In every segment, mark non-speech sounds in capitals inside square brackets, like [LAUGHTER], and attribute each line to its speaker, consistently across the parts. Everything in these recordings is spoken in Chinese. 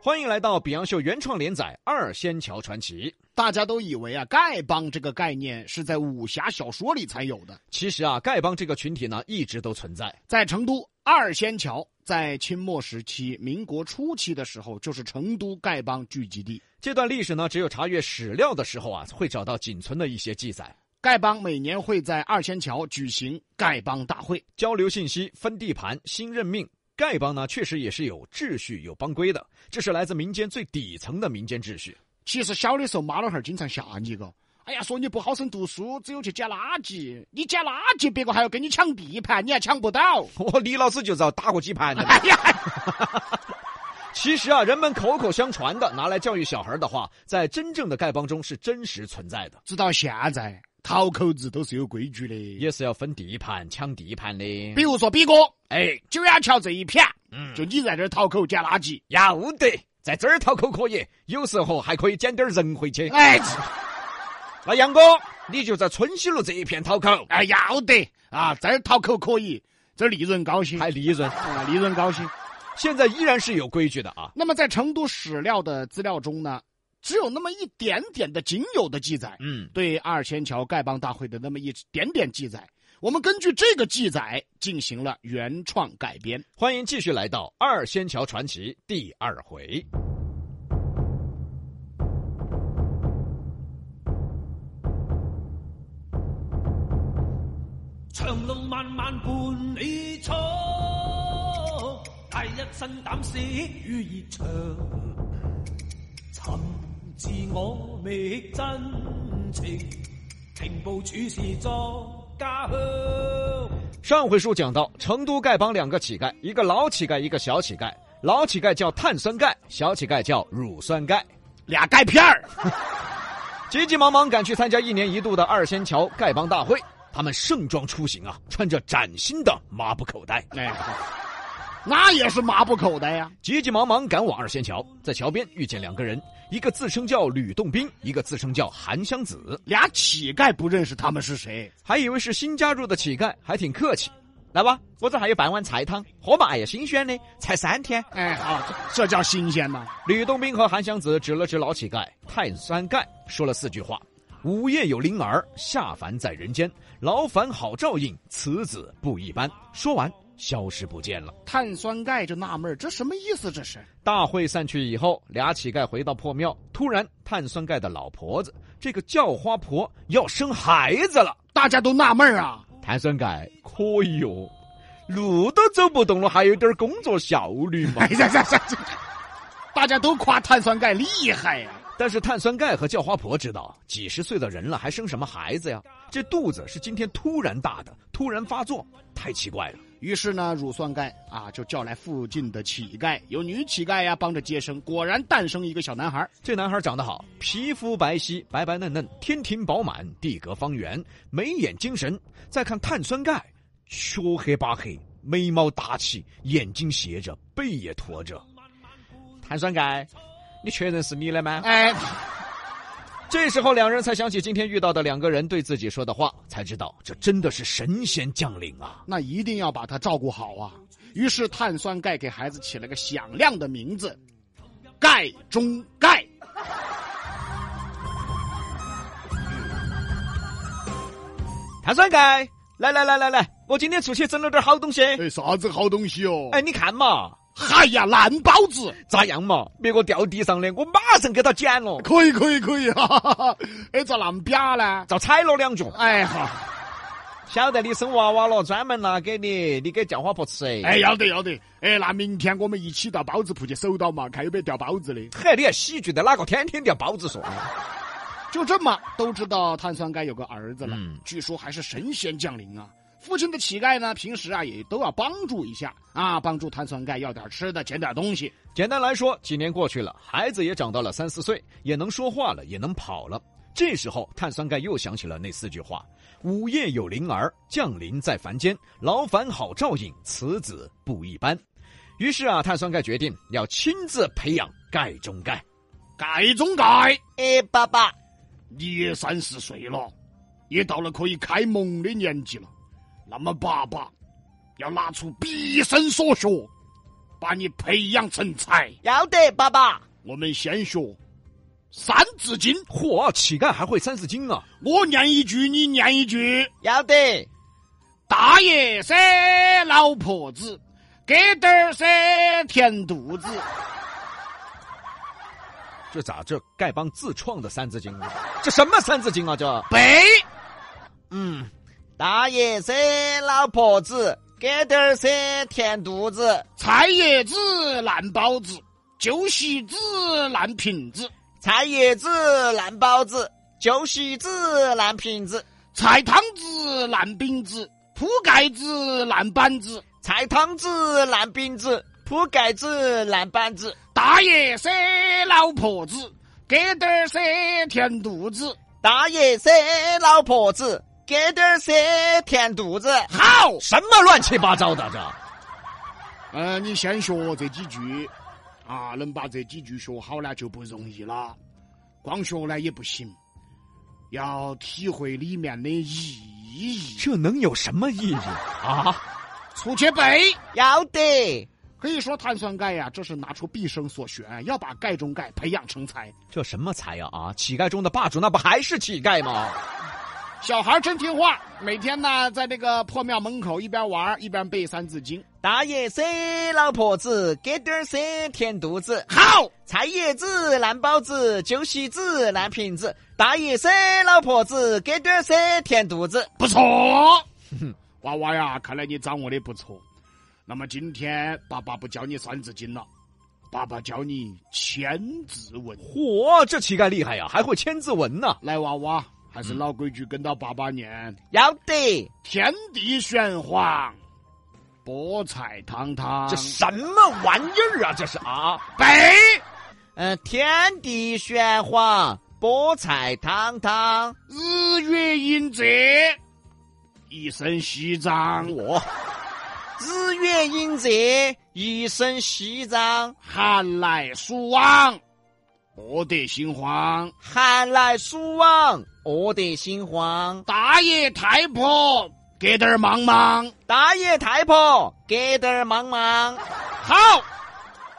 Speaker 1: 欢迎来到《比洋秀》原创连载《二仙桥传奇》。
Speaker 2: 大家都以为啊，丐帮这个概念是在武侠小说里才有的。
Speaker 1: 其实啊，丐帮这个群体呢，一直都存在。
Speaker 2: 在成都二仙桥，在清末时期、民国初期的时候，就是成都丐帮聚集地。
Speaker 1: 这段历史呢，只有查阅史料的时候啊，会找到仅存的一些记载。
Speaker 2: 丐帮每年会在二仙桥举行丐帮大会，
Speaker 1: 交流信息、分地盘、新任命。丐帮呢，确实也是有秩序、有帮规的，这是来自民间最底层的民间秩序。 [LAUGHS]
Speaker 2: 其实小的时候，妈老汉儿经常吓你个。哎呀，说你不好生读书，只有去捡垃圾。你捡垃圾，别个还要跟你抢地盘，你还抢不到。
Speaker 1: 我哦李老师就遭打过几盘的。
Speaker 2: 哎呀，
Speaker 1: 其实啊，人们口口相传的拿来教育小孩的话，在真正的丐帮中是真实存在的，
Speaker 2: 直到现在，讨口子都是有规矩的。
Speaker 1: 也是要分地盘、抢地盘的。
Speaker 2: 比如说，比哥，
Speaker 1: 哎，
Speaker 2: 九眼桥这一片，就你在这儿讨口捡垃圾。
Speaker 1: 要得，在这儿讨口可以，有时候还可以捡点儿人回去。
Speaker 2: 哎，
Speaker 1: 那杨哥，你就在春熙路这一片讨口，
Speaker 2: 哎，要得啊，这儿讨口可以，这儿利润高些，
Speaker 1: 还利润。
Speaker 2: 啊，利润高些。
Speaker 1: 现在依然是有规矩的啊。
Speaker 2: 那么在成都史料的资料中呢，只有那么一点点的仅有的记载，
Speaker 1: 嗯，
Speaker 2: 对二仙桥丐帮大会的那么一点点记载。我们根据这个记载进行了原创改编。
Speaker 1: 欢迎继续来到《二仙桥传奇》第二回。
Speaker 3: 长路漫漫伴你闯，带一身胆死与热肠，尋自我觅真情，停步处是作家鄉。
Speaker 1: 上回书讲到，成都丐帮两个乞丐，一个老乞丐，一个小乞丐。老乞丐叫碳酸钙，小乞丐叫乳酸钙。
Speaker 2: 俩钙片
Speaker 1: [LAUGHS]
Speaker 2: 儿，
Speaker 1: 急急忙忙赶去参加一年一度的二仙桥丐帮大会。他们盛装出行啊，穿着崭新的麻布口袋，
Speaker 2: 哎，那也是麻布口袋呀、
Speaker 1: 急急忙忙赶往二仙桥。在桥边遇见两个人，一个自称叫吕洞宾，一个自称叫韩湘子，
Speaker 2: 俩乞丐不认识他们是谁，
Speaker 1: 还以为是新加入的乞丐，还挺客气。来吧，我这还有半碗菜汤，喝嘛哎呀，新鲜的，才三天。
Speaker 2: 哎，好，这这叫新鲜呐、
Speaker 1: 吕洞宾和韩湘子指了指老乞丐碳酸钙，说了四句话：“午夜有灵儿，下凡在人间，劳烦好照应，此子不一般。”说完，消失不见了。
Speaker 2: 碳酸钙就纳闷儿，这什么意思？这是
Speaker 1: 大会散去以后，俩乞丐回到破庙，突然碳酸钙的老婆子，这个叫花婆要生孩子了。
Speaker 2: 大家都纳闷儿啊。
Speaker 1: 碳酸钙可以哦，路都走不动了，还有点工作效率嘛
Speaker 2: 哎。呀呀呀！呀大家都夸碳酸钙厉害啊呀、
Speaker 1: [LAUGHS] 但是碳酸钙和叫花婆知道，几十岁的人了还生什么孩子呀？这肚子是今天突然大的，突然发作，太奇怪了。
Speaker 2: 于是呢，乳酸钙啊就叫来附近的乞丐，有女乞丐呀、帮着接生，果然诞生一个小男孩。
Speaker 1: 这男孩长得好，皮肤白皙，白白嫩嫩，天庭饱满，地阁方圆，眉眼精神。再看碳酸钙，黢黑巴黑，眉毛搭起，眼睛斜着，背也驼着。碳酸钙，你确认是你的吗？
Speaker 2: 哎，
Speaker 1: 这时候两人才想起今天遇到的两个人对自己说的话，才知道这真的是神仙降临啊！
Speaker 2: 那一定要把他照顾好啊。于是碳酸钙给孩子起了个响亮的名字，钙中钙。
Speaker 1: 碳酸钙，来来来来来，我今天出去整了点好东西。
Speaker 2: 哎，啥子好东西哦？
Speaker 1: 哎，，你看嘛，
Speaker 2: 嗨呀，烂包子。
Speaker 1: 咋样嘛？别个掉地上的，我马上给他捡了，
Speaker 2: 可以可以可以，哈哈哈哈！ [LAUGHS] 哎，咋那么嗲呢？
Speaker 1: 遭踩了两脚。
Speaker 2: 哎好，
Speaker 1: 晓得你生娃娃了，专门拿给你，你给叫花婆吃。
Speaker 2: 哎，要得要得，哎那明天我们一起到包子铺去搜到嘛，看有没有掉包子的。
Speaker 1: 嘿，你还喜剧的，哪个天天掉包子说？
Speaker 2: 就这么都知道碳酸钙有个儿子了，
Speaker 1: 嗯
Speaker 2: 据说还是神仙降临啊。父亲的乞丐呢，平时啊也都要帮助一下啊，帮助碳酸钙要点吃的，捡点东西。
Speaker 1: 简单来说，几年过去了，孩子也长到了三四岁，也能说话了，也能跑了。这时候，碳酸钙又想起了那四句话：“午夜有灵儿，降临在凡间，劳烦好照应，此子不一般。”于是啊，碳酸钙决定要亲自培养钙中钙。
Speaker 2: 钙中钙，
Speaker 1: 哎，爸爸，
Speaker 2: 你也三十岁了，也到了可以开蒙的年纪了，那么爸爸要拿出毕生所学，把你培养成才。
Speaker 4: 要得，爸爸。
Speaker 2: 我们先学《三字经》，
Speaker 1: 嚯，乞丐还会三字经啊！
Speaker 2: 我念一句，你念一句。
Speaker 4: 要得，
Speaker 2: 大爷噻，老婆子，给点儿噻，填肚子。
Speaker 1: 这咋这丐帮自创的三字经啊？这什么三字经啊？这
Speaker 2: 背，
Speaker 4: 嗯，大爷噻，老婆子，给点儿噻，填肚子。
Speaker 2: 菜叶子烂包子，旧席子烂瓶子，
Speaker 4: 菜叶子烂包子，旧席子烂瓶子，
Speaker 2: 菜汤子烂饼子，铺盖子烂板子。
Speaker 4: 菜汤子烂饼子，铺盖子烂板子。
Speaker 2: 大爷噻，老婆子，给点儿噻，填肚子。
Speaker 4: 大爷噻，老婆子，给点儿噻，填肚子。
Speaker 2: 好，
Speaker 1: 什么乱七八糟的这？
Speaker 2: 呃，你先学这几句，啊，能把这几句学好呢就不容易了，光学呢也不行，要体会里面的意义。
Speaker 1: 这能有什么意义啊？
Speaker 2: 出去背。
Speaker 4: 要得，
Speaker 2: 可以说碳酸钙呀、这是拿出毕生所学，要把钙中钙培养成才。
Speaker 1: 这什么才呀、啊？乞丐中的霸主，那不还是乞丐吗？
Speaker 2: 小孩真听话，每天呢在那个破庙门口一边玩一边背《三字经》。
Speaker 4: 大爷噻，老婆子，给点儿噻，填肚子。
Speaker 2: 好，
Speaker 4: 菜叶子烂包子，旧席子烂瓶子。大爷噻，老婆子，给点儿噻，填肚子。
Speaker 2: 不错。娃娃呀，看来你掌握的不错。那么今天爸爸不教你《三字经》了，爸爸教你《千字文》。
Speaker 1: 嚯，这乞丐厉害呀、还会千字文呢！
Speaker 2: 来，娃娃，还是老规矩，跟到爸爸念：
Speaker 4: 要得，
Speaker 2: 天地玄黄，菠菜汤汤。
Speaker 1: 这什么玩意儿啊？这是啊！
Speaker 2: 背。
Speaker 4: 嗯、天地玄黄，菠菜汤汤。
Speaker 2: 日月盈仄，一身西装。
Speaker 1: 我
Speaker 4: 日月盈仄，一身西装。
Speaker 2: 寒来暑往，饿得心慌。
Speaker 4: 寒来暑往，饿得心慌。
Speaker 2: 大爷太婆，给点儿忙忙。
Speaker 4: 大爷太婆，给点儿忙忙。
Speaker 2: 好，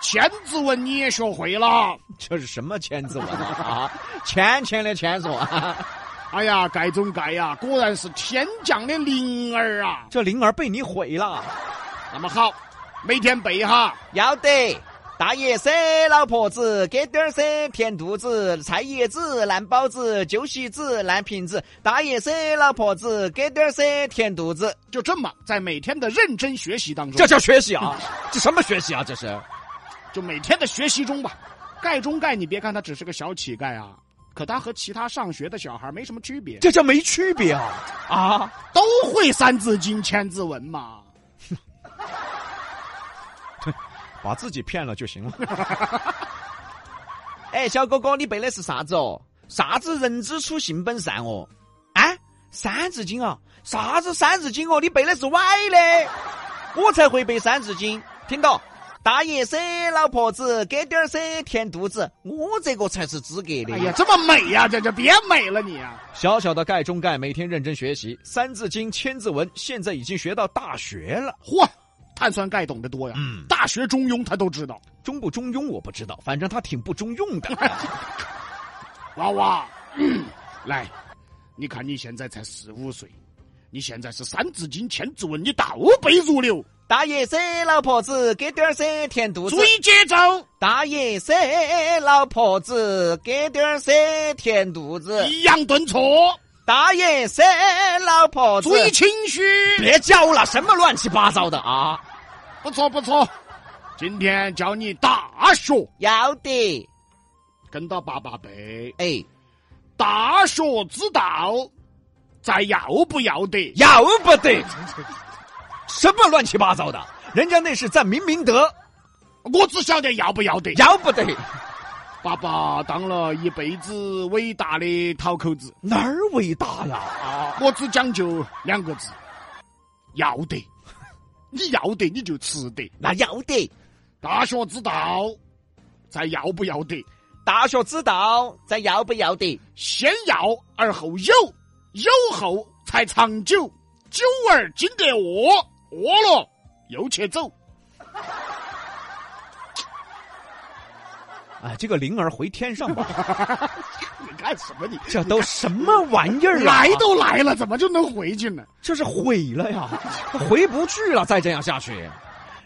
Speaker 2: 千字文你也学会了。
Speaker 1: 这是什么千字文啊？啊，钱钱的啊钱说，
Speaker 2: 哎呀，盖中盖呀、果然是天降的灵儿啊！
Speaker 1: 这灵儿被你毁了。
Speaker 2: 那么好，每天背哈。
Speaker 4: 要得，大爷噻，老婆子，给点儿噻，填肚子。菜叶子烂包子，旧席子烂瓶子。大爷噻，老婆子，给点儿噻，填肚子。
Speaker 2: 就这么，在每天的认真学习当中，
Speaker 1: 这叫学习啊！这什么学习啊？这是
Speaker 2: 就每天的学习中吧。盖中盖，你别看他只是个小乞丐啊，可他和其他上学的小孩没什么区别，
Speaker 1: 这叫没区别啊！啊，
Speaker 2: 都会《三字经》《千字文》嘛。
Speaker 1: 把自己骗了就行了。
Speaker 4: 哎，小哥哥，你背的是啥子哦？啥子人之初性本善哦？啊，三字经啊？啥子三字经哦？你背的是歪的，我才会背三字经，听到？大爷噻，老婆子，给点儿噻，填肚子，我这个才是资格的。
Speaker 2: 哎呀，这么美呀、这就别美了你啊！
Speaker 1: 小小的盖中盖每天认真学习《三字经》《千字文》，现在已经学到大学了。
Speaker 2: 嚯，碳酸钙懂得多呀，
Speaker 1: 嗯
Speaker 2: 大学中庸他都知道。
Speaker 1: 中不中庸我不知道，反正他挺不中用的。
Speaker 2: 娃娃， [CLEARS THROAT] 来，你看你现在才十五岁，你现在是《三字经》《千字文》，你倒背如流，
Speaker 4: 大爷噻，老婆子，给点儿噻，填肚子。
Speaker 2: 注意节奏。
Speaker 4: 大爷噻，老婆子，给点儿噻，填肚子。
Speaker 2: 抑扬顿挫，
Speaker 4: 大爷噻，老婆子
Speaker 2: 注，意情绪。
Speaker 1: 别教了，什么乱七八糟的啊！
Speaker 2: 不错不错，今天教你大学，
Speaker 4: 要得。
Speaker 2: 跟到爸爸背。
Speaker 4: 哎，
Speaker 2: 大学之道，在要不要得？
Speaker 1: 要不得，什么乱七八糟的？人家那是在明明德，
Speaker 2: 我只晓得要不要得。
Speaker 1: 要不得
Speaker 2: 爸爸当了一辈子伟大的讨口子，
Speaker 1: 哪儿伟大呀？
Speaker 2: 啊，我只讲究两个字：要得。你要得，你就吃得。
Speaker 4: 那要得。
Speaker 2: 大学之道，在要不要得？
Speaker 4: 大学之道，在要不要得。
Speaker 2: 先要而后有，有后才长久。久而经得饿，饿了又去走。
Speaker 1: 哎，这个灵儿回天上吧，
Speaker 2: 你干什么你？
Speaker 1: [LAUGHS] 这都什么玩意儿啊？
Speaker 2: 来都来了，怎么就能回去呢？
Speaker 1: 这是毁了呀，回不去了，再这样下去。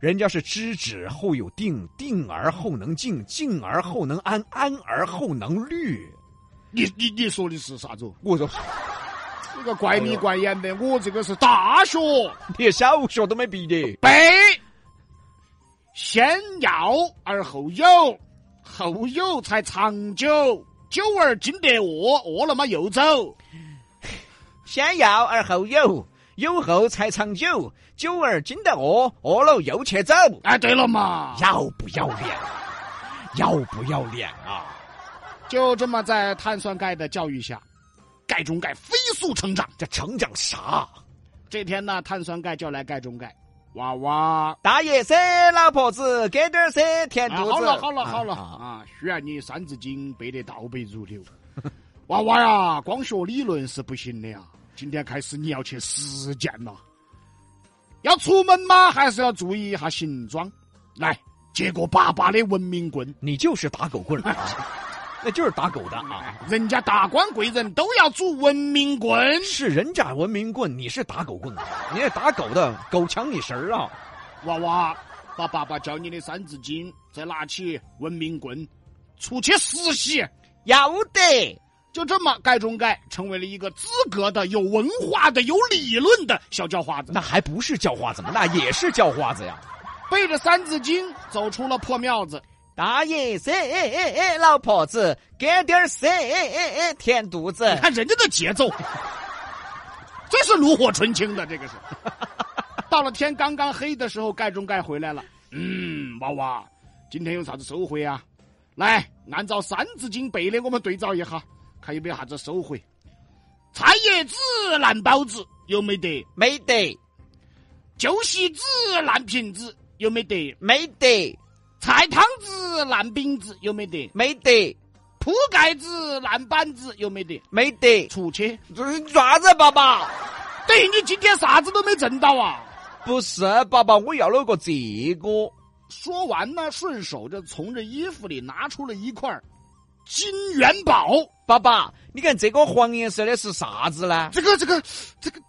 Speaker 1: 人家是知止后有定，定而后能静，静而后能安，安而后能虑。
Speaker 2: 你你你说的是啥子？
Speaker 1: 我说，
Speaker 2: 这个怪迷怪眼的，我这个是大学
Speaker 1: 你小学都没毕业，
Speaker 2: 背，先要而后有，后有才长久，久而经得饿，饿了嘛又走。
Speaker 4: 先要而后有，有后才长久，久而经得饿，饿了又去走。
Speaker 2: 哎，对了嘛，
Speaker 1: 要不要脸？要不要脸啊？
Speaker 2: 就这么在碳酸钙的教育下，钙中钙飞速成长。
Speaker 1: 这成长啥？
Speaker 2: 这天呢，碳酸钙叫来钙中钙，娃娃，
Speaker 4: 大爷噻，老婆子，给点儿噻，填
Speaker 2: 啊、
Speaker 4: 肚子。
Speaker 2: 好了好了好了
Speaker 1: 啊
Speaker 2: 啊！虽然你三字经背得倒背如流， [LAUGHS] 娃娃呀，光学理论是不行的呀。今天开始你要去实践了，要出门嘛，还是要注意一下行装。来，接过爸爸的文明棍，
Speaker 1: 你就是打狗棍儿 [LAUGHS] 啊，那就是打狗的啊。
Speaker 2: 人家达官贵人都要拄文明棍。
Speaker 1: 是人家文明棍，你是打狗棍啊，你是打狗的，狗抢你食儿啊！
Speaker 2: 娃娃，把爸爸教你的《三字经》，再拿起文明棍，出去实习。
Speaker 4: 要得。
Speaker 2: 就这么，盖中盖成为了一个资格的、有文化的、有理论的小叫花子，
Speaker 1: 那还不是叫花子吗？那也是叫花子呀！
Speaker 2: 背着《三字经》走出了破庙 [LAUGHS] 子。
Speaker 4: 大爷哎噻，老婆子，给点儿哎噻，填肚子。
Speaker 2: 看人家的节 [LAUGHS] 奏，真是炉火纯青的，这个 [LAUGHS] 是。到了天刚刚黑的时候，盖中盖回来了。嗯，娃娃，今天有啥子收获啊？来，按照《三字经》背的，我们对照一下，看有没有啥子收获。菜叶子烂包子有没得？
Speaker 4: 没得，
Speaker 2: 酒席子烂瓶子有没得？
Speaker 4: 没得，
Speaker 2: 菜汤子烂饼子有没得？
Speaker 4: 没得，
Speaker 2: 铺盖子烂板子有没得？
Speaker 4: 没得。
Speaker 2: 出去，
Speaker 4: 这是啥子，爸爸？
Speaker 2: 等于你今天啥子都没挣到啊！
Speaker 4: 不是，爸爸，我要了个这个。
Speaker 2: 说完呢，顺手就从这衣服里拿出了一块金元宝。
Speaker 4: 爸爸，你看这个黄颜色的是啥子呢？
Speaker 2: 这个这个这个，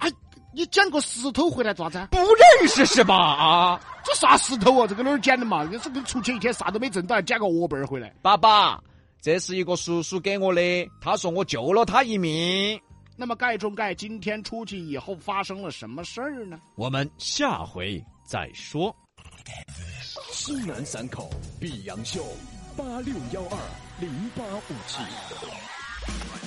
Speaker 2: 哎，你捡个石头回来做啥子啊？
Speaker 1: 不认识是吧？啊，
Speaker 2: 这啥石头啊？这个哪儿捡的嘛？你这个出去一天啥都没挣到，还捡个鹅背儿回来。
Speaker 4: 爸爸，这是一个叔叔给我的，他说我救了他一命。
Speaker 2: 那么盖中盖今天出去以后发生了什么事儿呢？
Speaker 1: 我们下回再说。
Speaker 5: 西南散口碧阳秀八六幺二零八五七。